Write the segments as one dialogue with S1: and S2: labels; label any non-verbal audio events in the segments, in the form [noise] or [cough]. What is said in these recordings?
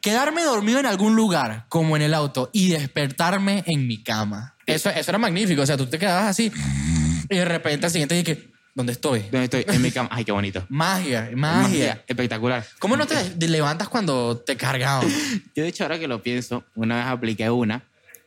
S1: Quedarme dormido en algún lugar, como en el auto, y despertarme en mi cama. Eso, eso era magnífico. O sea, tú te quedabas así y de repente al siguiente día que, ¿dónde estoy?
S2: ¿Dónde estoy? En mi cama. Ay, qué bonito.
S1: Magia, magia.
S2: Espectacular.
S1: ¿Cómo no te levantas cuando te cargaban?
S2: Yo, de hecho, ahora que lo pienso, una vez apliqué una.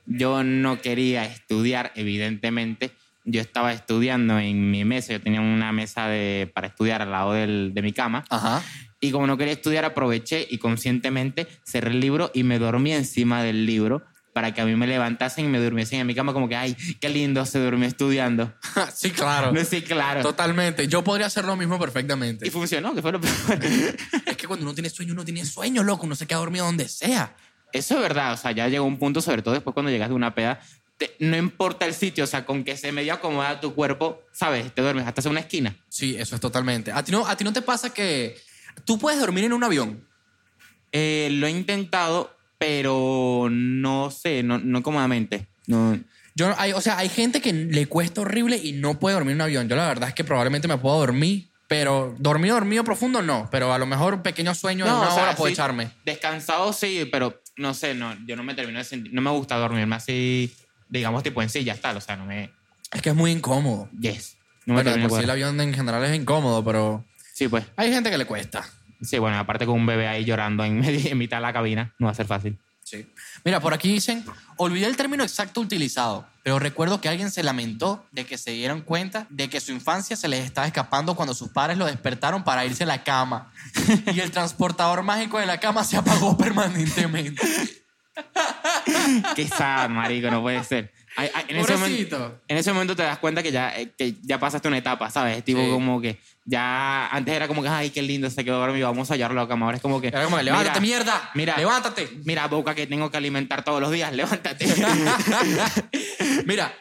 S2: Yo no quería estudiar, evidentemente. Yo estaba estudiando en mi mesa. Yo tenía una mesa de, para estudiar al lado del- de mi cama.
S1: Ajá. [laughs]
S2: Y como no quería estudiar, aproveché y conscientemente cerré el libro y me dormí encima del libro para que a mí me levantasen y me durmiesen en mi cama como que, ay, qué lindo, se durmió estudiando.
S1: sí, claro.
S2: [laughs] No sé, claro.
S1: Totalmente. Yo podría hacer lo mismo perfectamente.
S2: Y funcionó, que fue lo [laughs] peor.
S1: Es que cuando uno tiene sueño, uno tiene sueño, loco. Uno se queda dormido donde sea.
S2: Eso es verdad, o sea, ya llegó un punto, sobre todo después cuando llegas de una peda, te- no importa el sitio, o sea, con que se medio acomoda tu cuerpo, sabes, te duermes hasta hacia una esquina.
S1: Sí, eso es totalmente. ¿A ti no, a ti no te pasa que tú puedes dormir en un avión?
S2: Eh, lo he intentado, pero no sé, no, no cómodamente. No.
S1: Yo, no- hay, o sea, hay gente que le cuesta horrible y no puede dormir en un avión. Yo la verdad es que probablemente me puedo dormir, pero dormido, dormido profundo no. Pero a lo mejor pequeño sueño en
S2: No,
S1: una
S2: o sea,
S1: hora puedo
S2: sí,
S1: echarme.
S2: Descansado sí, pero no sé, no, yo no me termino de sentir, no me gusta dormirme así, digamos, tipo en silla, tal, o sea, no me...
S1: Es que es muy incómodo.
S2: Yes. No me
S1: Bueno, de
S2: termino de
S1: por sí el
S2: cuadrar.
S1: avión en general es incómodo, pero
S2: Sí, pues.
S1: hay gente que le cuesta.
S2: Sí, bueno, aparte con un bebé ahí llorando en, medio- en mitad de la cabina, no va a ser fácil.
S1: Sí. Mira, por aquí dicen, olvidé el término exacto utilizado, pero recuerdo que alguien se lamentó de que se dieron cuenta de que su infancia se les estaba escapando cuando sus padres lo despertaron para irse a la cama. [laughs] Y el transportador mágico de la cama se apagó [laughs] permanentemente.
S2: Qué sad, marico, no puede ser. Ay, ay, en, ese
S1: Pobrecito.
S2: momento, en ese momento te das cuenta que ya, eh, que ya pasaste una etapa, ¿sabes? Tipo
S1: Sí.
S2: como que ya antes era como que, ay, qué lindo, se quedó dormido, vamos a llevarlo a la cama. Ahora es como que...
S1: Era como, levántate,
S2: mira,
S1: mierda.
S2: mira.
S1: Levántate. [laughs]
S2: Mira, boca que tengo que alimentar todos los días, [laughs] levántate.
S1: Mira,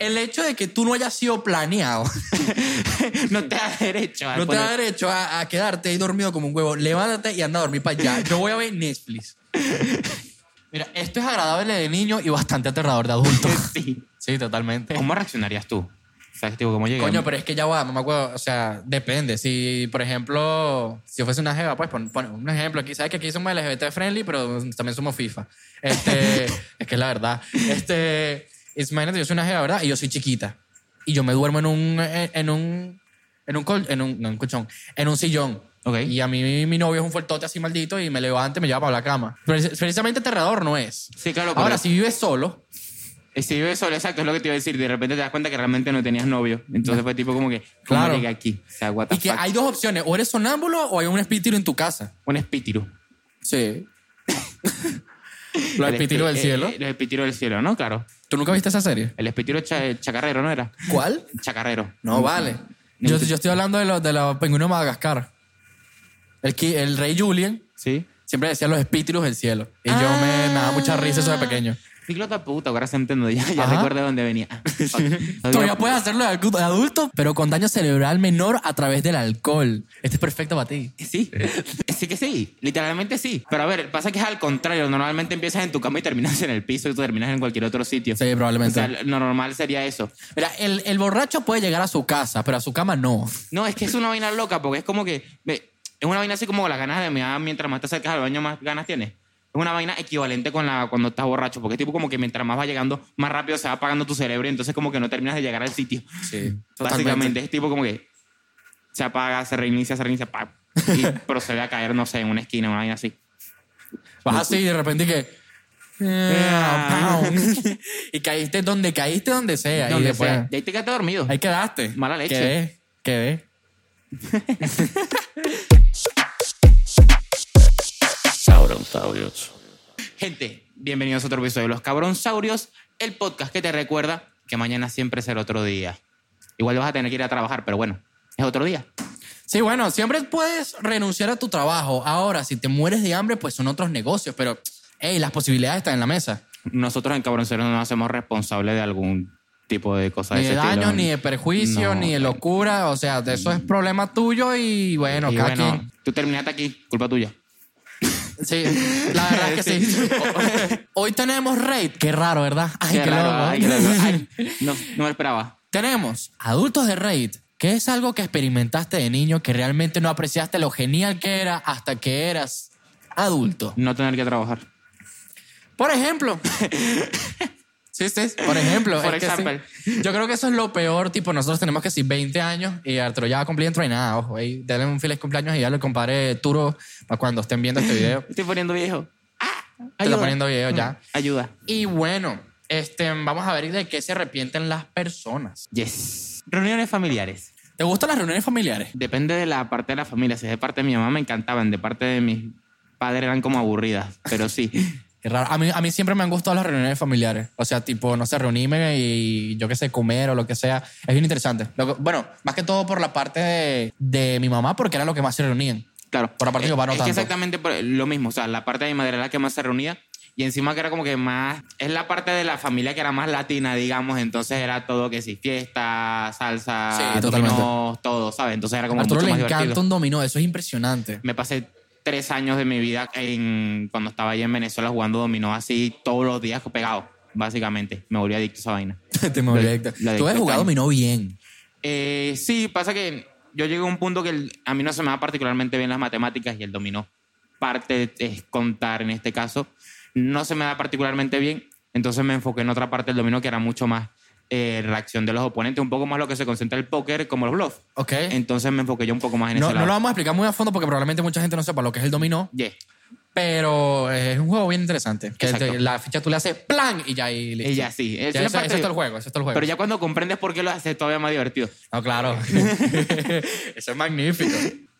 S1: el hecho de que tú no hayas sido
S2: [laughs]
S1: planeado
S2: no te da derecho a
S1: no te
S2: poner-
S1: da derecho a, a quedarte ahí dormido como un huevo. Levántate y anda a dormir para allá. Yo voy a ver
S2: [laughs]
S1: Netflix. Mira, esto es agradable de niño y bastante aterrador de adulto.
S2: Sí.
S1: Sí, totalmente.
S2: ¿Cómo reaccionarías tú? ¿Sabes, tipo, cómo llegué?
S1: Coño, pero es que ya va, no me acuerdo. O sea, depende. Si, por ejemplo, si fuese una jeva, pues pon, pon un ejemplo. Aquí sabes que aquí somos LGBT friendly, pero también somos FIFA. [laughs] Este, es que es la verdad. Este, es- imagínate, yo soy una jeva, ¿verdad? Y yo soy chiquita. Y yo me duermo en un, eh, en un, en un, col- en un, no, en un colchón, en un sillón.
S2: Ok.
S1: Y a mí mi, novio es un fuertote así maldito y me levanta y me lleva para la cama. Pero precisamente aterrador no es.
S2: Sí, claro, pero-
S1: Ahora, si vives solo,
S2: Y si vives solo, exacto, es lo que te iba a decir. De repente te das cuenta que realmente no tenías novio. Entonces fue tipo como que, ¿cómo
S1: Claro.
S2: llegué aquí? O sea, what the
S1: y que
S2: fuck?
S1: hay dos opciones, o eres sonámbulo o hay un espíritu en tu casa.
S2: Un espíritu.
S1: Sí. Los
S2: El
S1: espíritus
S2: espi-
S1: del
S2: eh,
S1: cielo.
S2: eh, Los espíritus del cielo, ¿no? Claro.
S1: ¿Tú nunca viste esa serie?
S2: El espíritu cha- chacarrero, ¿no era?
S1: ¿Cuál?
S2: Chacarrero.
S1: No, vale. Yo, yo estoy hablando de los de los pingüinos de Madagascar. El, qui- el rey Julian
S2: Sí.
S1: siempre decía los espíritus del cielo. Y yo me, me daba mucha risa eso de pequeño.
S2: Ciclota puta, ahora se entiendo. Ya, ya
S1: Ajá.
S2: recuerdo de
S1: [laughs]
S2: dónde venía.
S1: Todavía puedes hacerlo de acu- de adulto, pero con daño cerebral menor a través del alcohol. Este es perfecto para ti.
S2: Sí,
S1: Eh.
S2: sí que sí, literalmente sí. Pero a ver, pasa que es al contrario. Normalmente empiezas en tu cama y terminas en el piso y tú terminas en cualquier otro sitio.
S1: Sí, probablemente.
S2: O sea, lo normal sería eso.
S1: Mira, el, el borracho puede llegar a su casa, pero a su cama no.
S2: No, es que es una vaina loca porque es como que. ve, Es una vaina así como las ganas de mear mientras más te acercas al baño, más ganas tienes. Es una vaina equivalente con la cuando estás borracho, porque es tipo como que mientras más va llegando, más rápido se va apagando tu cerebro y entonces como que no terminas de llegar al sitio.
S1: Sí,
S2: Básicamente es tipo como que se apaga, se reinicia, se reinicia, pa,
S1: [laughs]
S2: y procede a caer, no sé, en una esquina, una vaina así.
S1: Vas así y de repente que. [laughs] pow. [laughs] y caíste donde caíste, donde sea. y
S2: Donde
S1: después,
S2: sea. Y ahí te quedaste dormido.
S1: Ahí quedaste.
S2: Mala leche.
S1: Quedé. Quedé.
S2: Gente, bienvenidos a otro episodio de Los Cabronsaurios, el podcast que te recuerda que mañana siempre será otro día. Igual vas a tener que ir a trabajar, pero bueno, es otro día.
S1: Sí, bueno, siempre puedes renunciar a tu trabajo. Ahora, si te mueres de hambre, pues son otros negocios. Pero, hey, las posibilidades están en la mesa.
S2: Nosotros en Cabronceros no nos hacemos responsables de algún tipo de cosa
S1: Ni
S2: de
S1: de
S2: ese
S1: daño,
S2: estilo.
S1: ni de perjuicio,
S2: No. Mm.
S1: ni de locura. O sea, de eso es problema tuyo y bueno,
S2: Y
S1: cada
S2: bueno,
S1: quien.
S2: tú terminaste aquí, culpa tuya.
S1: Sí, la verdad
S2: [laughs]
S1: es que sí. [laughs] Hoy tenemos raid. Qué raro, ¿verdad? Ay, qué,
S2: raro,
S1: loco.
S2: ay, oh, qué loco. Ay, no, no me esperaba.
S1: [laughs] Tenemos adultos de Raid, que es algo que experimentaste de niño que realmente no apreciaste lo genial que era hasta que eras adulto.
S2: No tener que trabajar.
S1: Por ejemplo. sí, sí, por ejemplo.
S2: Por
S1: es que sí.
S2: example.
S1: Yo creo que eso es lo peor. Tipo, nosotros tenemos que decir 20 años y Arturo ya va a cumplir dentro de nada. Ojo, ahí, denle un feliz cumpleaños y ya le compadre Turo para cuando estén viendo este video.
S2: Estoy poniendo viejo.
S1: Te
S2: Ah, Ayuda. Mm,
S1: está poniendo video ya.
S2: Ayuda.
S1: Y bueno, este, vamos a ver de qué se arrepienten las personas.
S2: Yes. Reuniones familiares.
S1: ¿Te gustan las reuniones familiares?
S2: Depende de la parte de la familia. Si es de parte de mi mamá me encantaban, de parte de mis padres eran como aburridas, pero sí.
S1: [laughs] Qué raro. A mí, a mí siempre me han gustado las reuniones familiares. O sea, tipo, no sé, reunirme y yo qué sé, comer o lo que sea. Es bien interesante. Lo que- bueno, más que todo por la parte de, de mi mamá, porque era lo que más se reunían.
S2: Claro.
S1: Por la parte de mi papá no
S2: es que
S1: tanto.
S2: exactamente por- lo mismo. O sea, la parte de mi madre era la que más se reunía. Y encima que era como que más... Es la parte de la familia que era más latina, digamos. Entonces era todo que sí. Fiesta, salsa,
S1: Sí,
S2: dominós,
S1: totalmente.
S2: todo, ¿sabes? Entonces era como
S1: A Arturo
S2: mucho
S1: le
S2: más
S1: encanta
S2: divertido.
S1: un dominó, eso es impresionante. [laughs]
S2: Me pasé tres años de mi vida en, cuando estaba allá en Venezuela jugando dominó así todos los días pegado, básicamente. Me volví adicto a esa vaina.
S1: Te me volví
S2: La-
S1: adicto.
S2: la
S1: Tú has
S2: adicto
S1: jugado
S2: está en-
S1: dominó bien.
S2: Eh, sí, pasa que yo llegué a un punto que el- a mí no se me da particularmente bien las matemáticas y el dominó. Parte es contar en este caso. No se me da particularmente bien. Entonces me enfoqué en otra parte del dominó que era mucho más eh, reacción de los oponentes, un poco más lo que se concentra el póker como los bluffs.
S1: ¿Ok?
S2: Entonces me enfoqué yo un poco más en
S1: No,
S2: ese
S1: no lo
S2: lado.
S1: vamos a explicar muy a fondo porque probablemente mucha gente no sepa lo que es el dominó,
S2: Yeah.
S1: pero es un juego bien interesante. Que
S2: Exacto.
S1: te- la ficha tú le haces plan y ya ahí listo.
S2: Y ya sí.
S1: Ya
S2: Esa
S1: eso,
S2: es la parte
S1: eso es
S2: de-
S1: todo el juego, eso es todo el juego.
S2: Pero ya cuando comprendes por qué lo haces, es todavía más divertido.
S1: No,
S2: [laughs]
S1: claro. [laughs] eso es magnífico.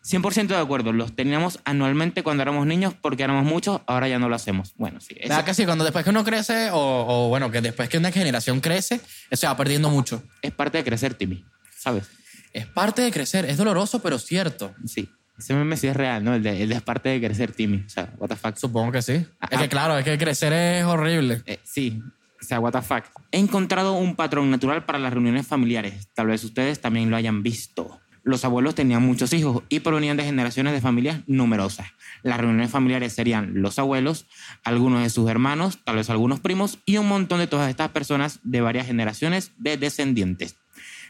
S2: 100% de acuerdo. Los teníamos anualmente cuando éramos niños porque éramos muchos. Ahora ya no lo hacemos. Bueno, sí. eso-
S1: ¿Verdad que sí? Cuando después que uno crece, o, o bueno, que después que una generación crece, eso va perdiendo mucho.
S2: es parte de crecer, Timmy. ¿Sabes?
S1: Es parte de crecer, es doloroso, pero cierto.
S2: Sí. Ese meme sí es real, ¿no? El de, el de es parte de crecer, Timmy. O sea, what the fuck.
S1: Supongo que sí. Es
S2: Ah.
S1: que claro, es que crecer es horrible.
S2: Eh, sí. O sea, what the fuck. He encontrado un patrón natural para las reuniones familiares. Tal vez ustedes también lo hayan visto. Los abuelos tenían muchos hijos y provenían de generaciones de familias numerosas. Las reuniones familiares serían los abuelos, algunos de sus hermanos, tal vez algunos primos y un montón de todas estas personas de varias generaciones de descendientes.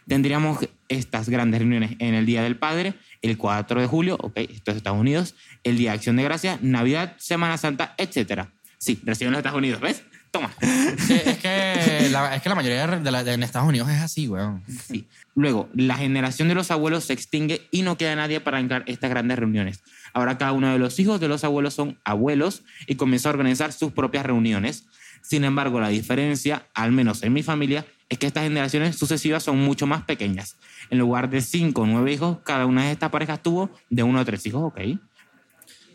S2: Tendríamos estas grandes reuniones en el Día del Padre, el 4 de julio, ok, esto es Estados Unidos, el Día de Acción de Gracias, Navidad, Semana Santa, etc. Sí, recién en los Estados Unidos, ¿ves? Toma.
S1: Sí, es, que la, es que la mayoría de la- en Estados Unidos es así, weón.
S2: Sí. Luego, la generación de los abuelos se extingue y no queda nadie para arrancar estas grandes reuniones. Ahora cada uno de los hijos de los abuelos son abuelos y comienza a organizar sus propias reuniones. Sin embargo, la diferencia, al menos en mi familia, es que estas generaciones sucesivas son mucho más pequeñas. En lugar de cinco o nueve hijos, cada una de estas parejas tuvo de uno a tres hijos, ¿ok?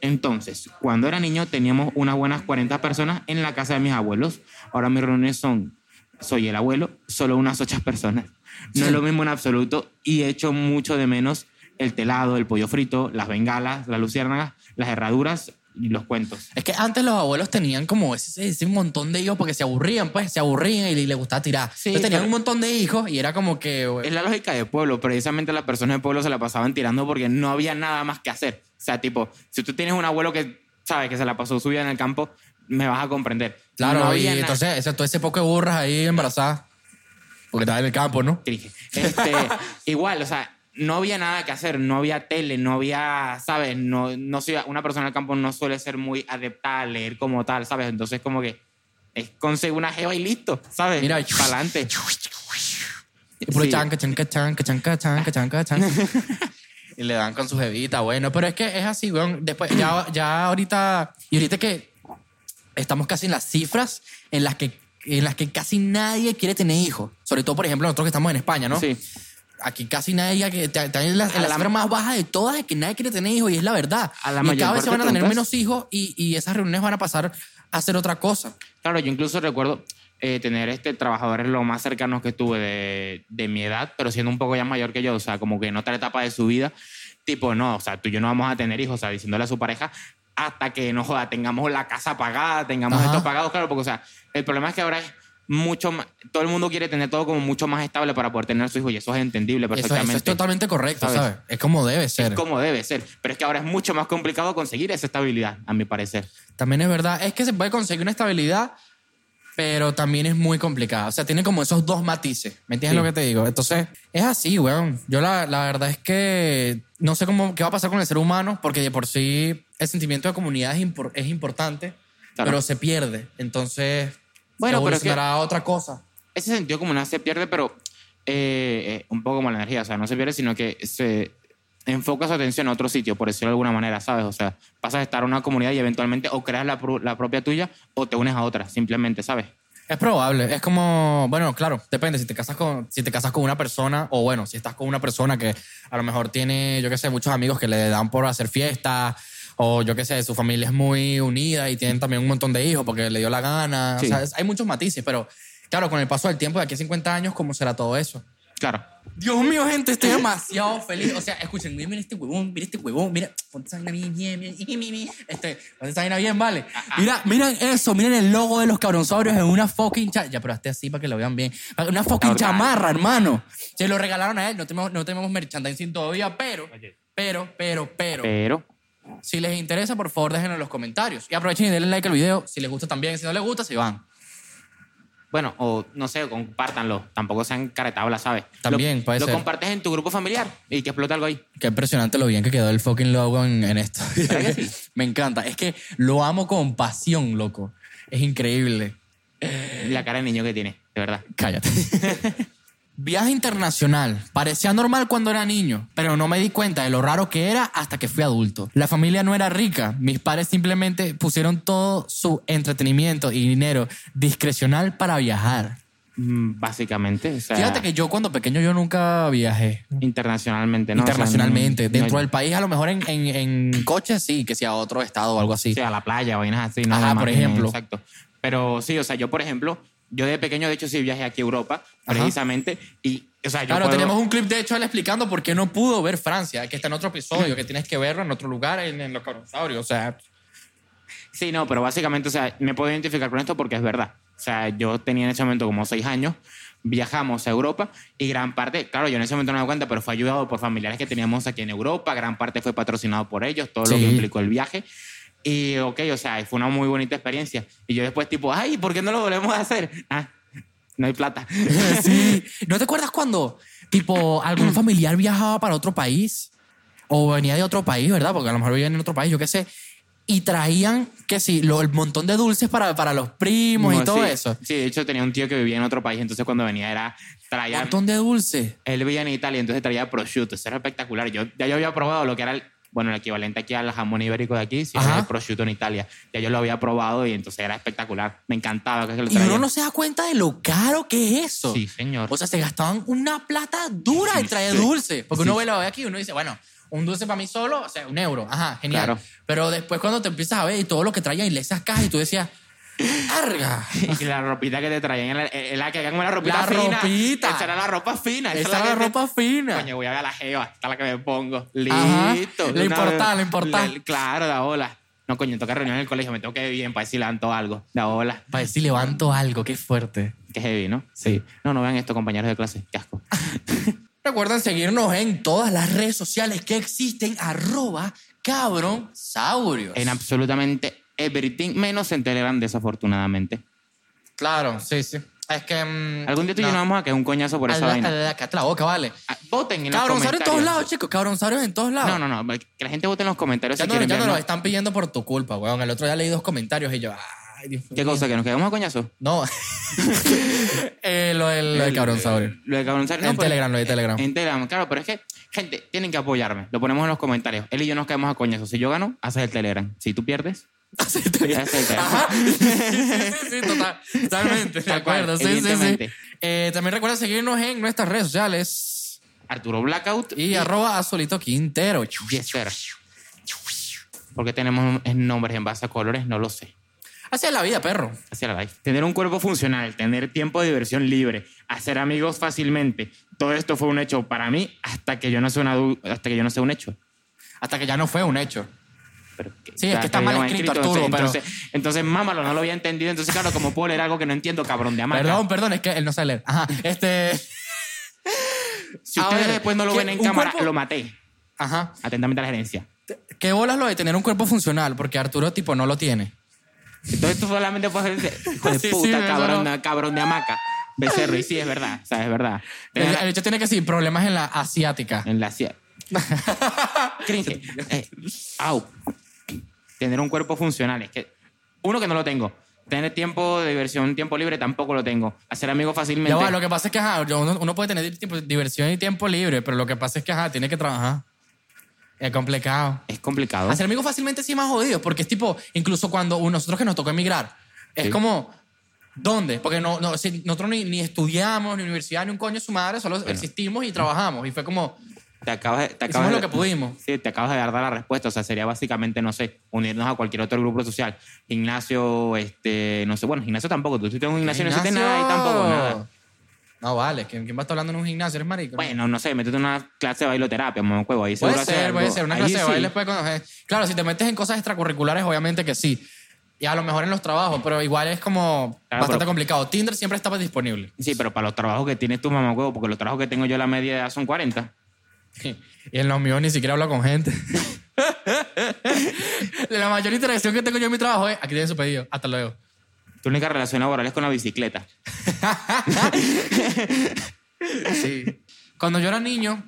S2: Entonces, cuando era niño teníamos unas buenas 40 personas en la casa de mis abuelos. Ahora mis reuniones son, soy el abuelo, solo unas 8 personas. No es lo mismo en absoluto y echo mucho de menos el telado, el pollo frito, las bengalas, las luciérnagas, las herraduras y los cuentos.
S1: Es que antes los abuelos tenían como ese, ese montón de hijos porque se aburrían, pues, se aburrían y les gustaba tirar.
S2: Sí,
S1: Entonces tenían
S2: pero-
S1: un montón de hijos y era como que...
S2: Pues, Es la lógica de pueblo, precisamente las personas de pueblo se la pasaban tirando porque no había nada más que hacer. O sea, tipo, si tú tienes un abuelo que sabe que se la pasó suya en el campo, me vas a comprender.
S1: Claro,
S2: No
S1: y
S2: había nada.
S1: entonces ese, todo ese poco de burras ahí embarazadas. Porque estaba en el campo, ¿no?
S2: Trije. Este, igual, o sea, no había nada que hacer, no había tele, no había, ¿sabes? No, no soy, una persona del campo no suele ser muy adepta a leer como tal, ¿sabes? Entonces, como que es conseguir una jeva y listo, ¿sabes?
S1: Mira,
S2: para adelante.
S1: Y puro
S2: Sí.
S1: chanca, chanca, chanca, chanca, chanca, chanca, chanca. [laughs] y le dan con su jevita, bueno. Pero es que es así, weón. Después, ya, ya ahorita... Y ahorita que estamos casi en las cifras en las que, en las que casi nadie quiere tener hijos. Sobre todo, por ejemplo, nosotros que estamos en España, ¿no?
S2: Sí.
S1: Aquí casi nadie, que te- te- en la, en
S2: A
S1: la
S2: la-
S1: cifra más baja de todas es que nadie quiere tener hijos y es la verdad.
S2: A la
S1: y
S2: mayor
S1: cada vez
S2: parte
S1: se van a tener
S2: preguntas.
S1: menos hijos y, y esas reuniones van a pasar a hacer otra cosa.
S2: Claro, yo incluso recuerdo eh, tener este, trabajadores lo más cercanos que tuve de, de mi edad, pero siendo un poco ya mayor que yo, o sea, como que en otra etapa de su vida, tipo, no, o sea, tú y yo no vamos a tener hijos, o sea, diciéndole a su pareja hasta que, no joda, tengamos la casa pagada, tengamos
S1: Ajá.
S2: esto pagado, claro, porque, o sea, el problema es que ahora es mucho más, todo el mundo quiere tener todo como mucho más estable para poder tener a su hijo y eso es entendible
S1: Eso- Eso,
S2: perfectamente.
S1: es totalmente correcto, ¿sabes?
S2: ¿Sabes?
S1: Es como debe ser.
S2: como debe ser, pero es que ahora es mucho más complicado conseguir esa estabilidad, a mi parecer.
S1: También es verdad. Es que se puede conseguir una estabilidad, pero también es muy complicada. O sea, tiene como esos dos matices. ¿Me entiendes
S2: Sí.
S1: lo que te digo? Entonces, es así, weón. Yo la, la verdad es que no sé cómo, qué va a pasar con el ser humano, porque de por sí el sentimiento de comunidad es, impor- es importante,
S2: Claro.
S1: pero se pierde. Entonces,
S2: Bueno, pero es que-
S1: evolucionará a otra cosa.
S2: Ese sentido comunal se pierde, pero eh, eh, un poco como la energía. O sea, no se pierde, sino que se enfoca su atención a otro sitio, por decirlo de alguna manera, ¿sabes? O sea, pasas a estar en una comunidad y eventualmente o creas la, pro- la propia tuya o te unes a otra, simplemente, ¿sabes?
S1: Es probable, es como, bueno, claro, depende si te casas con si te casas con una persona o bueno, si estás con una persona que a lo mejor tiene, yo qué sé, muchos amigos que le dan por hacer fiestas o yo qué sé, su familia es muy unida y tienen también un montón de hijos porque le dio la gana,
S2: Sí.
S1: o sea, es- hay muchos matices, pero claro, con el paso del tiempo de aquí a 50 años cómo será todo eso.
S2: Claro.
S1: Dios mío, gente, estoy demasiado feliz. O sea, escuchen, miren este huevón, miren este huevón, mira, ponte esa vaina bien, bien, bien, bien, bien, bien. este, ponte esa vaina bien, vale. Mira, miren eso, miren el logo de los cabronsaurios en una fucking cha- Ya, pero hazte así para que lo vean bien. Una fucking
S2: Cabrón.
S1: chamarra, hermano. Se lo regalaron a él, no tenemos, no tenemos merchandising todavía, pero, pero, pero, pero.
S2: Pero,
S1: Si les interesa, por favor, déjenlo en los comentarios. Y aprovechen y denle like al video. Si les gusta también, si no les gusta, se van.
S2: bueno, o no sé, compártanlo. Tampoco sean caretablas, ¿sabes?
S1: También
S2: lo,
S1: puede
S2: Lo
S1: ser.
S2: compartes en tu grupo familiar y que explota algo ahí.
S1: Qué impresionante lo bien que quedó el fucking logo en, en esto.
S2: [laughs] ¿Verdad que sí?
S1: [laughs] Me encanta. Es que lo amo con pasión, loco. Es increíble.
S2: La cara de niño que tiene, de verdad. [laughs]
S1: Cállate. Viaje internacional. Parecía normal cuando era niño, pero no me di cuenta de lo raro que era hasta que fui adulto. La familia no era rica. Mis padres simplemente pusieron todo su entretenimiento y dinero discrecional para viajar.
S2: Mm, Básicamente. O sea,
S1: Fíjate que yo cuando pequeño yo nunca viajé.
S2: Internacionalmente, ¿no? O sea,
S1: internacionalmente,
S2: no- no-
S1: dentro del país, a lo mejor en, en, en coche sí, que sea a otro estado o algo así.
S2: O sea, a la playa, vainas así, ¿no?
S1: Ajá,
S2: Me
S1: por
S2: imagino,
S1: ejemplo.
S2: Exacto. Pero sí, o sea, yo, por ejemplo, yo de pequeño, de hecho, sí viajé aquí a Europa,
S1: Ajá.
S2: precisamente, y, o sea, yo
S1: Claro,
S2: puedo-
S1: tenemos un clip de hecho él explicando por qué no pudo ver Francia, que está en otro episodio, que tienes que verlo en otro lugar, en, en los cabronsaurios. O sea,
S2: Sí, no, pero básicamente, o sea, me puedo identificar con esto porque es verdad. O sea, yo tenía en ese momento como seis años, viajamos a Europa y gran parte, claro, yo en ese momento no me doy cuenta, pero fue ayudado por familiares que teníamos aquí en Europa, gran parte fue patrocinado por ellos, todo
S1: Sí.
S2: lo que implicó el viaje. Y, ok, o sea, fue una muy bonita experiencia. Y yo después, tipo, ay, ¿por qué no lo volvemos a hacer? Ah, no hay plata.
S1: [laughs] sí. ¿No te acuerdas cuando, tipo, algún familiar viajaba para otro país o venía de otro país, verdad? Porque a lo mejor vivían en otro país, yo qué sé. Y traían, que sí, lo- el montón de dulces para, para los primos
S2: No,
S1: y todo
S2: sí.
S1: eso.
S2: Sí, de hecho tenía un tío que vivía en otro país, entonces cuando venía era traía
S1: montón de dulces.
S2: él vivía en Italia, entonces traía prosciutto, eso era espectacular. Yo ya yo había probado lo que era el bueno, el equivalente aquí al jamón ibérico de aquí, si
S1: Ajá.
S2: era el prosciutto en Italia. Ya yo lo había probado y entonces era espectacular. Me encantaba que lo
S1: Y uno
S2: traían.
S1: no se da cuenta de lo caro que es eso.
S2: Sí, señor.
S1: O sea, se gastaban una plata dura en traer dulce. Porque uno ve la ve aquí y uno dice, bueno, un dulce para mí solo, o sea, un euro. Ajá, genial.
S2: Claro.
S1: Pero después cuando te empiezas a ver y todo lo que traían y lees esas cajas y tú decías, ¡arga!
S2: [laughs] y la ropita que te traían era, era que era como la ropita
S1: La
S2: fina.
S1: ropita.
S2: Esa era la ropa fina.
S1: Esa era la
S2: que te-
S1: ropa fina.
S2: Coño, voy a ver a la jeva, esta es la que me pongo.
S1: Ajá.
S2: Listo.
S1: Le
S2: Una
S1: importá,
S2: vez-
S1: le importá.
S2: Claro, da bola. No, coño, toca reunión en el colegio, me tengo que ir bien para decir levanto algo. Da bola.
S1: Para decir, levanto algo, qué fuerte.
S2: Qué heavy, ¿no? Sí. No, no vean esto, compañeros de clase. Qué asco.
S1: Ah. Recuerden seguirnos en todas las redes sociales que existen, arroba cabronsaurios.
S2: En absolutamente everything, menos en Telegram, desafortunadamente.
S1: Claro, sí, sí. Es que... mm,
S2: Algún día tú y yo nos vamos a quedar un coñazo por esa
S1: Ala-
S2: vaina.
S1: ala- cállate la boca, vale.
S2: Ah, Voten en los
S1: Cabronsaurios
S2: comentarios.
S1: en todos lados, chicos. Cabronsaurios en todos lados.
S2: No, no, no. Que la gente vote en los comentarios
S1: Ya,
S2: si
S1: no,
S2: quieren
S1: ya no lo
S2: vernos.
S1: están pidiendo por tu culpa, weón. El otro día leí dos comentarios y yo, ay, Dios
S2: ¿Qué
S1: mío.
S2: cosa? ¿Que nos quedamos a coñazo?
S1: No. [laughs] Eh, lo del, lo del cabronsaureo.
S2: Lo de cabronsario.
S1: En Telegram, lo
S2: eh,
S1: de Telegram.
S2: En Telegram, claro. Pero es que, gente, tienen que apoyarme. Lo ponemos en los comentarios. Él y yo nos quedamos a coñazo. Si yo gano, haces el Telegram. Si tú pierdes, haces el Telegram.
S1: Ajá. Sí, sí, sí, total- totalmente. De
S2: Tal cual,
S1: acuerdo, sí, sí, sí.
S2: evidentemente.
S1: Eh, también recuerda seguirnos en nuestras redes sociales
S2: Arturo Blackout
S1: y arroba a Solito Quintero.
S2: Yes, sir. ¿Por qué tenemos nombres en base a colores? No lo sé.
S1: Así es la vida, perro.
S2: hacia la life. Tener un cuerpo funcional, tener tiempo de diversión libre, hacer amigos fácilmente. Todo esto fue un hecho para mí hasta que yo no sea, una adu- hasta que yo no sea un hecho.
S1: Hasta que ya no fue un hecho.
S2: Pero que-
S1: Sí, es que está
S2: yo
S1: mal
S2: no
S1: escrito, Arturo,
S2: entonces, entonces, entonces, mámalo, no lo había entendido. Entonces, claro, como puedo leer algo que no entiendo, cabrón de hamaca.
S1: Perdón, perdón, es que él no sabe leer. Ajá. Este.
S2: Si
S1: a
S2: ustedes
S1: ver,
S2: después no lo
S1: ¿qué-
S2: ven en
S1: un
S2: cámara,
S1: cuerpo?
S2: lo maté.
S1: Ajá.
S2: Atentamente a la gerencia.
S1: ¿Qué bolas lo de tener un cuerpo funcional? Porque Arturo, tipo, no lo tiene.
S2: Entonces, tú solamente puedes
S1: [laughs]
S2: decir, hijo de
S1: Sí, sí,
S2: puta,
S1: eso
S2: cabrón,
S1: no.
S2: cabrón de hamaca. Becerro, y sí, es verdad, o sea, es verdad.
S1: El, el hecho tiene que sí, problemas en la asiática. [laughs]
S2: En la sierra. Cringe. Eh, au. Tener un cuerpo funcional. Es que, uno que no lo tengo. Tener tiempo de diversión, tiempo libre, tampoco lo tengo. Hacer amigos fácilmente.
S1: Ya va, lo que pasa es que ajá, yo- uno, uno puede tener tipo, diversión y tiempo libre, pero lo que pasa es que ajá, tiene que trabajar. Es complicado.
S2: Es complicado.
S1: Hacer amigos fácilmente sí es más jodido, porque es tipo, incluso cuando uno- nosotros que nos tocó emigrar, es
S2: Sí.
S1: como, ¿dónde? Porque no, no, si nosotros ni, ni estudiamos, ni universidad, ni un coño de su madre, solo existimos y trabajamos. Y fue como,
S2: Te acabas, de- te
S1: hicimos
S2: acabas
S1: lo
S2: de-
S1: que pudimos.
S2: Sí, te acabas de dar la respuesta. O sea, sería básicamente, no sé, unirnos a cualquier otro grupo social. Gimnasio, este, no sé, bueno, gimnasio tampoco. Tú estuviste en un gimnasio, no hiciste nada y tampoco nada.
S1: No vale, ¿quién, quién va a estar hablando en un gimnasio? Eres marico. ¿no?
S2: Bueno, no sé, métete en una clase de bailoterapia, mamá huevo. Ahí seguro
S1: Puede
S2: haces
S1: ser,
S2: algo.
S1: puede ser. Una
S2: Ahí
S1: clase de
S2: sí.
S1: baile puede conocer. Claro, si te metes en cosas extracurriculares, obviamente que sí. Y a lo mejor en los trabajos, pero igual es como
S2: Claro,
S1: bastante
S2: Ah, pero-
S1: complicado. Tinder siempre está disponible. [laughs]
S2: Sí, pero para los trabajos que tienes tú, mamá huevo, porque los trabajos que tengo yo la media edad son 40.
S1: Y en los míos ni siquiera hablo con
S2: [laughs]
S1: gente. La mayor interacción que tengo yo en mi trabajo es aquí tienen su pedido. Hasta luego.
S2: Tu única relación laboral es con la bicicleta.
S1: Sí. Cuando yo era niño,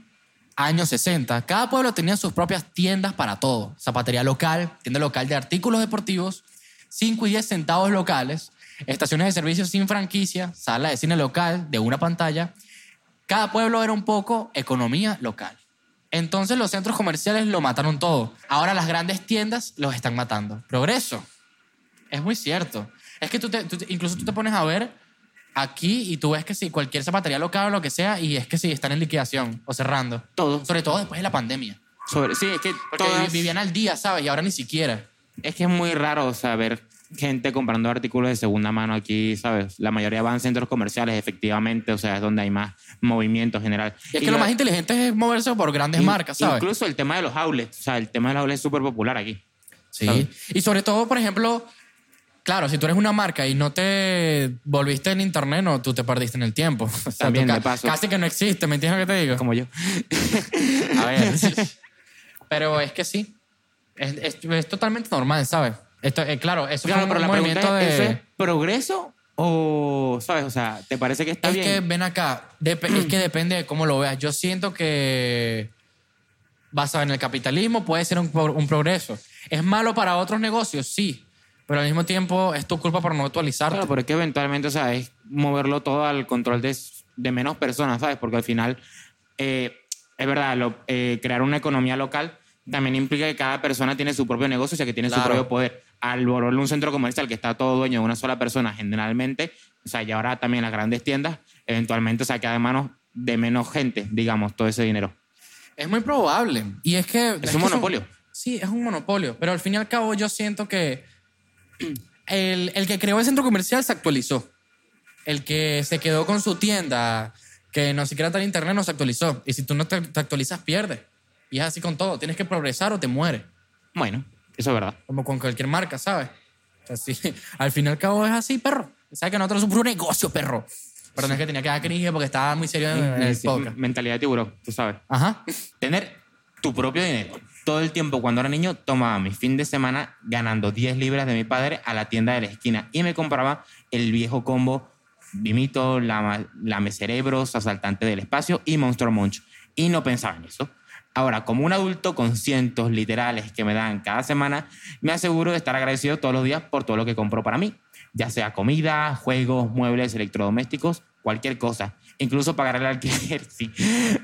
S1: años 60, cada pueblo tenía sus propias tiendas para todo. Zapatería local, tienda local de artículos deportivos, 5 y 10 centavos locales, estaciones de servicios sin franquicia, sala de cine local de una pantalla. Cada pueblo era un poco economía local. Entonces los centros comerciales lo mataron todo. Ahora las grandes tiendas los están matando. Progreso. Es muy cierto. Es que tú te- tú te- incluso tú te pones a ver aquí y tú ves que si cualquier zapatería local o lo que sea, y es que si están en liquidación o cerrando.
S2: Todo.
S1: Sobre todo después de la pandemia.
S2: Sobre, sí, es que
S1: Porque
S2: todas,
S1: vivían al día, ¿sabes? Y ahora ni siquiera.
S2: es que es muy raro saber gente comprando artículos de segunda mano aquí, ¿sabes? La mayoría van a centros comerciales, efectivamente, o sea, es donde hay más movimiento general.
S1: Y es
S2: Y
S1: que lo
S2: la-
S1: más inteligente es moverse por grandes
S2: in-
S1: marcas, ¿sabes?
S2: Incluso el tema de los outlets, o sea, el tema de los outlets es súper popular aquí.
S1: Sí.
S2: ¿Sabes?
S1: Y sobre todo, por ejemplo, claro, si tú eres una marca y no te volviste en internet, no, tú te perdiste en el tiempo. [laughs] O sea,
S2: También,
S1: tú
S2: de paso.
S1: Casi que no existe, ¿me entiendes lo que te digo?
S2: Como yo.
S1: A [laughs] ver. pero es que sí. Es, es- es totalmente normal, ¿sabes? Esto, eh, claro, eso
S2: Claro,
S1: fue
S2: pero
S1: un
S2: la
S1: movimiento
S2: pregunta es, ¿eso
S1: de...
S2: es progreso o, ¿sabes? O sea, ¿te parece que está
S1: es
S2: bien?
S1: que ven acá, dep- es que depende de cómo lo veas. Yo siento que basado en el capitalismo puede ser un, pro- un progreso. ¿Es malo para otros negocios? Sí. Pero al mismo tiempo es tu culpa por no actualizarte.
S2: Ah, Claro, pero es que eventualmente, o sea, es moverlo todo al control de, de menos personas, ¿sabes? Porque al final, eh, es verdad, lo- eh, crear una economía local también implica que cada persona tiene su propio negocio, o sea, que tiene su
S1: Claro.
S2: propio poder. Al volverlo un centro comercial que está todo dueño de una sola persona, generalmente, o sea, y ahora también las grandes tiendas, eventualmente, o sea, queda de manos de menos gente, digamos, todo ese dinero.
S1: Es muy probable. Y es que...
S2: un
S1: que
S2: monopolio.
S1: sí, es un monopolio. Pero al fin y al cabo yo siento que [clears throat] el, el que creó el centro comercial se actualizó. El que se quedó con su tienda, que no siquiera está en internet, no se actualizó. Y si tú no te, te actualizas, pierdes. Y es así con todo. Tienes que progresar o te mueres.
S2: Bueno, eso es verdad.
S1: Como con cualquier marca, ¿sabes? O sea, sí, [laughs] al fin y al cabo es así, perro. ¿Sabes que nosotros somos un negocio, perro? Perdón, es que tenía que dar cringe porque estaba muy serio en, en el
S2: Sí,
S1: podcast.
S2: Mentalidad de tiburón, tú sabes.
S1: Ajá.
S2: Tener tu propio dinero. Todo el tiempo cuando era niño tomaba mi fin de semana ganando 10 libras de mi padre a la tienda de la esquina y me compraba el viejo combo Vimito, la Lame Cerebros, Asaltante del Espacio y Monster Munch. Y no pensaba en eso. Ahora, como un adulto con cientos literales que me dan cada semana, me aseguro de estar agradecido todos los días por todo lo que compro para mí, ya sea comida, juegos, muebles, electrodomésticos, cualquier cosa. Incluso pagar el alquiler, [laughs] sí,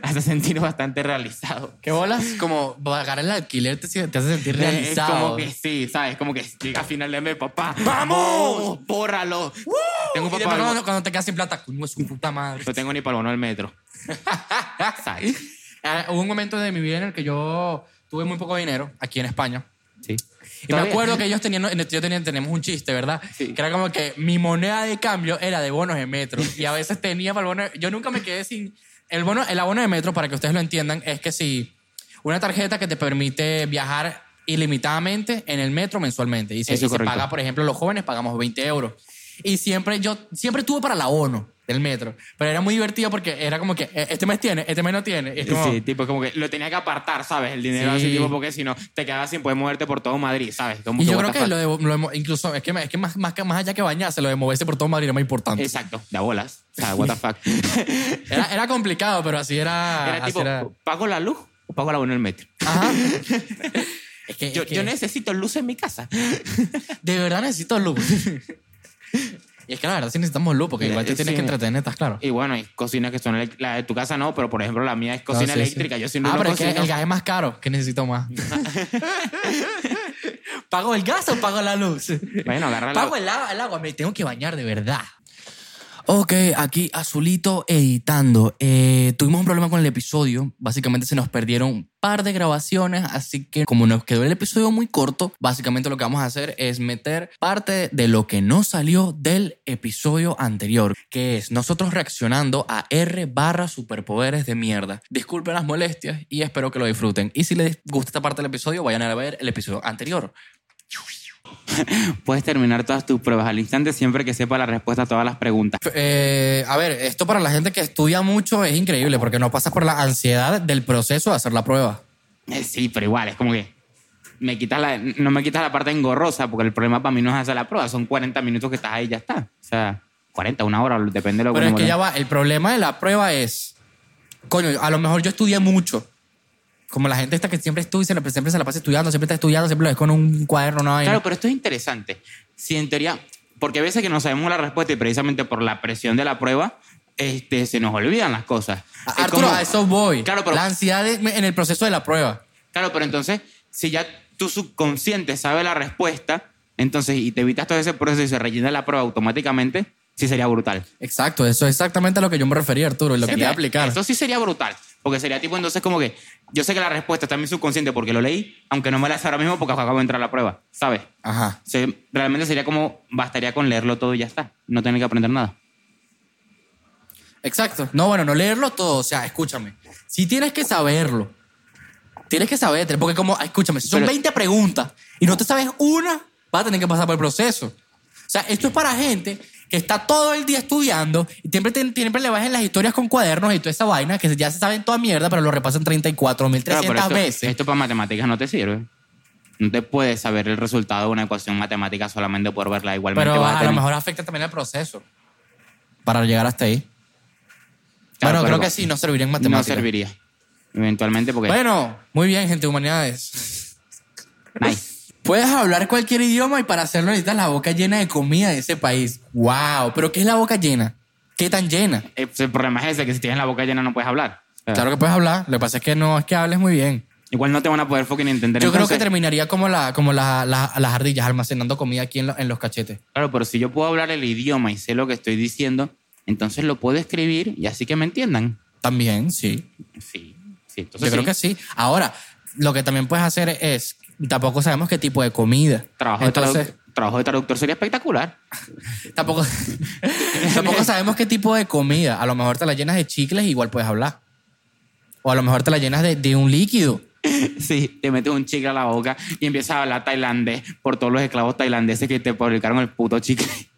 S2: hace sentir bastante realizado.
S1: ¿Qué bolas? Como pagar el alquiler te, te hace sentir realizado.
S2: Es como que sí, ¿sabes? Como que llega a final de mes, papá.
S1: ¡Vamos!
S2: ¡Bórralo! Tengo un
S1: Y
S2: papá.
S1: después cuando, cuando te quedas sin plata, coño, es su puta madre.
S2: No tengo ni para el bono del metro. [laughs] ¿Sabes?
S1: Ah, Hubo un momento de mi vida en el que yo tuve muy poco dinero aquí en España.
S2: Sí.
S1: Y me acuerdo que ellos tenían, este, yo tenía, teníamos un chiste, ¿verdad?
S2: Sí.
S1: Que era como que mi moneda de cambio era de bonos de metro. Y a veces tenía para el bono. Yo nunca me quedé sin. El, bono, el abono de metro, para que ustedes lo entiendan, es que si una tarjeta que te permite viajar ilimitadamente en el metro mensualmente. Y se,
S2: Eso
S1: y
S2: es
S1: se
S2: correcto.
S1: paga, por ejemplo, los jóvenes pagamos 20 euros. Y siempre yo siempre tuve para el abono del metro. Pero era muy divertido porque era como que eh, este mes tiene, este mes no tiene. Y es como,
S2: Sí, tipo, como que lo tenía que apartar, ¿sabes? El dinero
S1: Sí.
S2: así, tipo, porque si no, te quedabas sin poder moverte por todo Madrid, ¿sabes? Como
S1: Y yo
S2: what
S1: creo
S2: the
S1: que
S2: fuck.
S1: lo de, lo de mo- incluso, es que, es que más, más, que- más allá que bañarse, lo de moverse por todo Madrid era más importante.
S2: Exacto, de
S1: [laughs]
S2: a bolas. O sea, what the fuck. [laughs]
S1: Era, era complicado, pero así era.
S2: Era
S1: así
S2: tipo, oh.
S1: era.
S2: ¿pago la luz o pago la buena del metro. [laughs]
S1: Ajá. es que,
S2: Yo,
S1: es que
S2: yo necesito luz en mi casa.
S1: de verdad necesito luz. y es que la verdad sí necesitamos luz porque
S2: Mira,
S1: igual te
S2: eh,
S1: tienes
S2: sí. eh,
S1: que entretener, estás claro.
S2: Y bueno, hay cocinas que son... elec- La de tu casa no, pero por ejemplo la mía es cocina
S1: No, sí, sí.
S2: eléctrica. Yo sin luz
S1: Ah,
S2: no
S1: pero es que
S2: cocino.
S1: el gas es más caro, que necesito
S2: [laughs]
S1: más. [laughs] ¿Pago el gas o pago la
S2: [laughs]
S1: luz?
S2: Bueno, agarra la...
S1: Pago el, agua- el agua, me tengo que bañar de verdad. Ok, aquí Azulito editando. Eh, tuvimos un problema con el episodio. Básicamente se nos perdieron un par de grabaciones, así que como nos quedó el episodio muy corto, básicamente lo que vamos a hacer es meter parte de lo que no salió del episodio anterior, que es nosotros reaccionando a R barra superpoderes de mierda. Disculpen las molestias y espero que lo disfruten. Y si les gusta esta parte del episodio, vayan a ver el episodio anterior.
S2: Puedes terminar todas tus pruebas al instante siempre que sepa la respuesta a todas las preguntas.
S1: Eh, a ver, esto para la gente que estudia mucho es increíble porque no pasas por la ansiedad del proceso de hacer la prueba.
S2: Eh, Sí, pero igual, es como que me quitas la, no me quitas la parte engorrosa, porque el problema para mí no es hacer la prueba, son 40 minutos que estás ahí y ya está. O sea, 40, una hora, depende de lo
S1: Pero es
S2: uno
S1: que
S2: le-
S1: ya va, el problema de la prueba es, coño, a lo mejor yo estudié mucho. Como la gente esta que siempre estudia, y se la- siempre se la pasa estudiando, siempre está estudiando, siempre lo ves con un cuaderno, una vaina.
S2: Claro, pero esto es interesante. Si en teoría, porque a veces que no sabemos la respuesta y precisamente por la presión de la prueba, este, se nos olvidan las cosas.
S1: A-
S2: Es
S1: Arturo,
S2: como-
S1: a eso voy.
S2: Claro, pero-
S1: La ansiedad de- en el proceso de la prueba.
S2: Claro, pero entonces, si ya tu subconsciente sabe la respuesta, entonces, y te evitas todo ese proceso y se rellena la prueba automáticamente, sí sería brutal.
S1: Exacto, eso es exactamente a lo que yo me refería, Arturo, y lo que
S2: Sería-
S1: quería aplicar.
S2: Eso sí sería brutal. Porque sería tipo, entonces, como que yo sé que la respuesta está en mi subconsciente porque lo leí, aunque no me la sé ahora mismo porque acabo de entrar a la prueba, ¿sabes?
S1: Ajá.
S2: Se- realmente sería como, bastaría con leerlo todo y ya está. No tener que aprender nada.
S1: Exacto. No, bueno, no leerlo todo. O sea, escúchame. Si tienes que saberlo, tienes que saber, porque como, ah, escúchame, si son
S2: Pero-
S1: 20 preguntas y no te sabes una, vas a tener que pasar por el proceso. O sea, esto es para gente que está todo el día estudiando y siempre, te- siempre le bajan las historias con cuadernos y toda esa vaina que ya se saben toda mierda, pero lo repasan 34.300
S2: Claro, pero esto,
S1: veces.
S2: Esto para matemáticas no te sirve. No te puedes saber el resultado de una ecuación matemática solamente por verla. Igualmente
S1: pero
S2: vas
S1: a, lo
S2: tener-
S1: mejor afecta también el proceso para llegar hasta ahí.
S2: Claro,
S1: bueno,
S2: pero
S1: creo que sí, no serviría en
S2: No
S1: matemáticas.
S2: serviría. Eventualmente porque...
S1: Bueno, muy bien, gente de humanidades. pues-
S2: Nice.
S1: Puedes hablar cualquier idioma y para hacerlo necesitas la boca llena de comida de ese país. ¡Wow! ¿Pero qué es la boca llena? ¿Qué tan llena?
S2: Eh, pues, El problema es ese, que si tienes la boca llena no puedes hablar. O sea,
S1: Claro que puedes hablar, lo que pasa es que no es que hables muy bien.
S2: Igual no te van a poder fucking entender.
S1: Yo creo que
S2: entonces-
S1: terminaría como, la, como la- la- las ardillas almacenando comida aquí en, lo- en los cachetes.
S2: Claro, pero si yo puedo hablar el idioma y sé lo que estoy diciendo, entonces lo puedo escribir y así que me entiendan.
S1: También, sí.
S2: Sí, sí.
S1: Yo
S2: Entonces,
S1: creo
S2: sí.
S1: que sí. Ahora, lo que también puedes hacer es, tampoco sabemos qué tipo de comida.
S2: Trabajo, de
S1: Entonces,
S2: traduc- trabajo de traductor sería espectacular. [laughs]
S1: tampoco, [laughs] tampoco sabemos qué tipo de comida. A lo mejor te la llenas de chicles y igual puedes hablar. O a lo mejor te la llenas de- de un líquido.
S2: Sí, te metes un chicle a la boca y empiezas a hablar tailandés por todos los esclavos tailandeses que te publicaron el puto chicle. [laughs]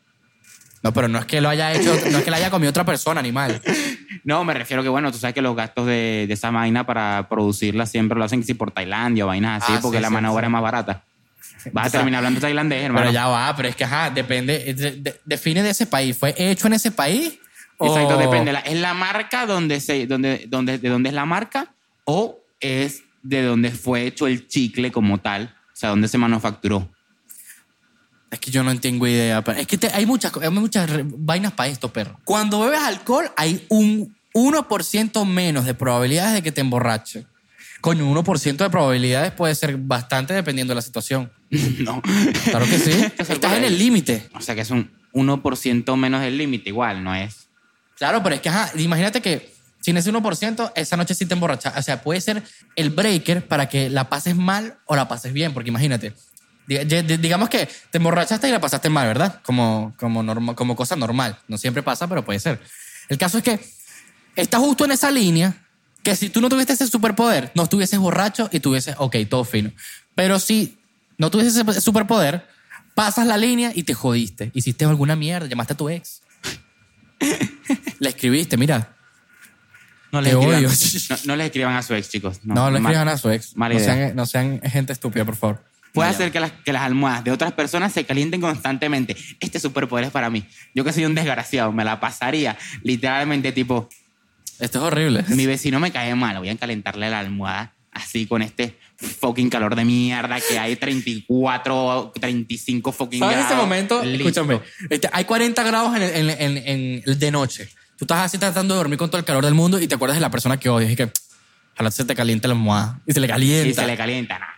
S1: No, pero no es que lo haya hecho, no es que lo haya comido otra persona, animal.
S2: No, me refiero que, bueno, tú sabes que los gastos de, de esa vaina para producirla siempre lo hacen que si por Tailandia o vainas así,
S1: Ah,
S2: porque
S1: sí,
S2: la
S1: sí,
S2: mano obra
S1: sí.
S2: es más barata. Vas
S1: O
S2: a
S1: sea,
S2: terminar hablando tailandés, hermano.
S1: Pero ya va, pero es que, ajá, depende, de- de- define de ese país. ¿Fue hecho en ese país? o-
S2: Exacto, depende. La- ¿Es la marca donde se, donde, donde, de dónde es la marca o es de donde fue hecho el chicle como tal? O sea, donde se manufacturó.
S1: Es que yo no tengo idea. pero es que te- hay muchas, co- hay muchas re- vainas para esto, perro. Cuando bebes alcohol, hay un 1% menos de probabilidades de que te emborraches. Coño, 1% de probabilidades puede ser bastante dependiendo de la situación.
S2: [laughs] no.
S1: Claro que
S2: [laughs]
S1: sí. Estás en el límite.
S2: O sea, que es un 1% menos del límite, igual, ¿no es?
S1: Claro, pero es que, ajá, imagínate que sin ese 1%, esa noche sí te emborrachas. O sea, puede ser el breaker para que la pases mal o la pases bien, porque imagínate. di- di- di- Digamos que te emborrachaste y la pasaste mal, ¿verdad? Como, como, norma- como cosa normal. No siempre pasa, pero puede ser. El caso es que estás justo en esa línea que si tú no tuvieses ese superpoder, no estuvieses borracho y tuvieses, ok, todo fino. Pero si no tuvieses ese superpoder, pasas la línea y te jodiste. Hiciste alguna mierda, llamaste a tu ex. Le escribiste, mira.
S2: No
S1: Te
S2: escriban,
S1: odio.
S2: [laughs] no, no les escriban a su ex, chicos.
S1: No, no le
S2: mal.
S1: escriban a su ex.
S2: mala
S1: No
S2: idea.
S1: sean, no sean gente estúpida, por favor.
S2: Puede hacer que las, que las almohadas de otras personas se calienten constantemente. Este superpoder es para mí. Yo que soy un desgraciado, me la pasaría literalmente tipo,
S1: Esto es horrible.
S2: mi vecino me cae mal, voy a calentarle la almohada así con este fucking calor de mierda que hay 34, 35 fucking
S1: ¿Sabes ese
S2: grados.
S1: este momento?
S2: Listo.
S1: Escúchame. este, hay 40 grados en, en- en- en- de noche. Tú estás así tratando de dormir con todo el calor del mundo y te acuerdas de la persona que odias y que ojalá se te caliente la almohada. Y se le calienta.
S2: Y se le calienta.
S1: la
S2: Nah,
S1: vaina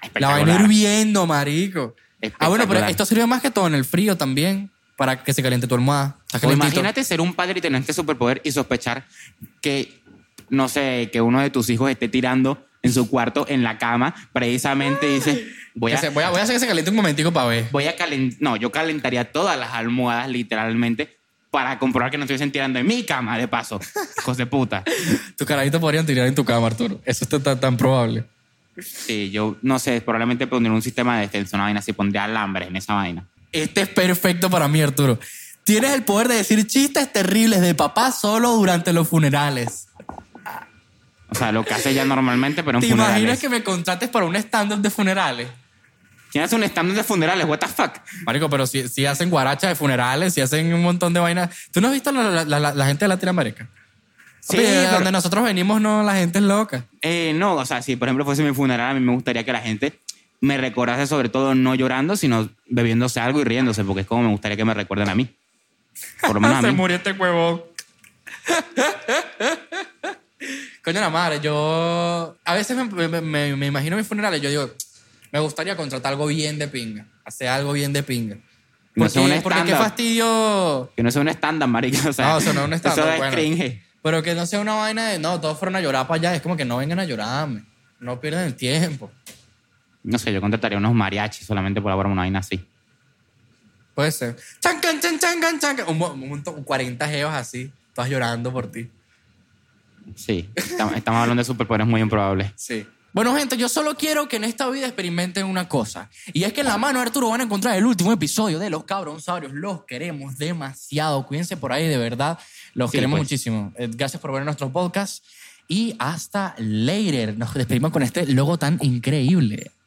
S2: espectacular.
S1: hirviendo, marico. Ah, bueno, pero
S2: Espectacular.
S1: esto sirve más que todo en el frío también para que se caliente tu almohada. Estás
S2: O
S1: calentito.
S2: Pues imagínate ser un padre y tener este superpoder y sospechar que, no sé, que uno de tus hijos esté tirando en su cuarto, en la cama, precisamente y dices, voy
S1: Que se-
S2: a,
S1: Voy a, voy a hacer que se caliente un momentico para ver.
S2: voy a calentar, no, yo calentaría todas las almohadas literalmente para comprobar que no estuviesen tirando en mi cama, de paso, hijos de puta.
S1: Tu carajito podrían tirar en tu cama, Arturo. Eso está tan, tan probable.
S2: Sí, eh, yo no sé, probablemente pondría un sistema de defensa, una vaina así, pondría alambres en esa vaina.
S1: Este es perfecto para mí, Arturo. Tienes el poder de decir chistes terribles de papá solo durante los funerales.
S2: O sea, lo que hace ella normalmente, pero en
S1: ¿Te
S2: funerales.
S1: imaginas que me contrates para un stand-up de funerales?
S2: ¿Quién hace un stand de funerales? What the fuck?
S1: Marico, pero si, si hacen guaracha de funerales, si hacen un montón de vainas. ¿Tú no has visto la, la- la- la- la gente de Latinoamérica?
S2: Sí,
S1: Papi, de
S2: pero-
S1: donde nosotros venimos, no, la gente es loca.
S2: Eh, no, o sea, si por ejemplo fuese mi funeral, a mí me gustaría que la gente me recordase sobre todo no llorando, sino bebiéndose algo y riéndose, porque es como me gustaría que me recuerden a mí.
S1: [laughs]
S2: Por lo menos a
S1: Se
S2: mí.
S1: murió este huevón. [laughs] Coño la madre, yo a veces me, me- me- me imagino mis funerales, yo digo, me gustaría contratar algo bien de pinga, hacer algo bien de pinga.
S2: No sea un
S1: Porque, porque qué
S2: estándar.
S1: fastidio...
S2: Que no sea un estándar, marica. O sea,
S1: no, eso no es un estándar,
S2: Eso es
S1: bueno.
S2: cringe.
S1: Pero que no sea una vaina de, no, todos fueron a llorar para allá, es como que no vengan a llorarme, no pierdan el tiempo.
S2: No sé, yo contrataría unos mariachis solamente por hablar una vaina así.
S1: Puede ser. Chancan, chan, chancan, chancan. Un, mo- un montón- 40 geos así, todas llorando por ti.
S2: Sí, estamos, estamos hablando de superpoderes muy improbables.
S1: Sí. Bueno, gente, yo solo quiero que en esta vida experimenten una cosa. Y es que en la mano de Arturo van a encontrar el último episodio de Los Cabronsaurios. Los queremos demasiado. Cuídense por ahí, de verdad. Los
S2: Sí,
S1: queremos
S2: pues.
S1: muchísimo. Eh, Gracias por ver nuestro podcast. Y hasta later. Nos despedimos con este logo tan increíble.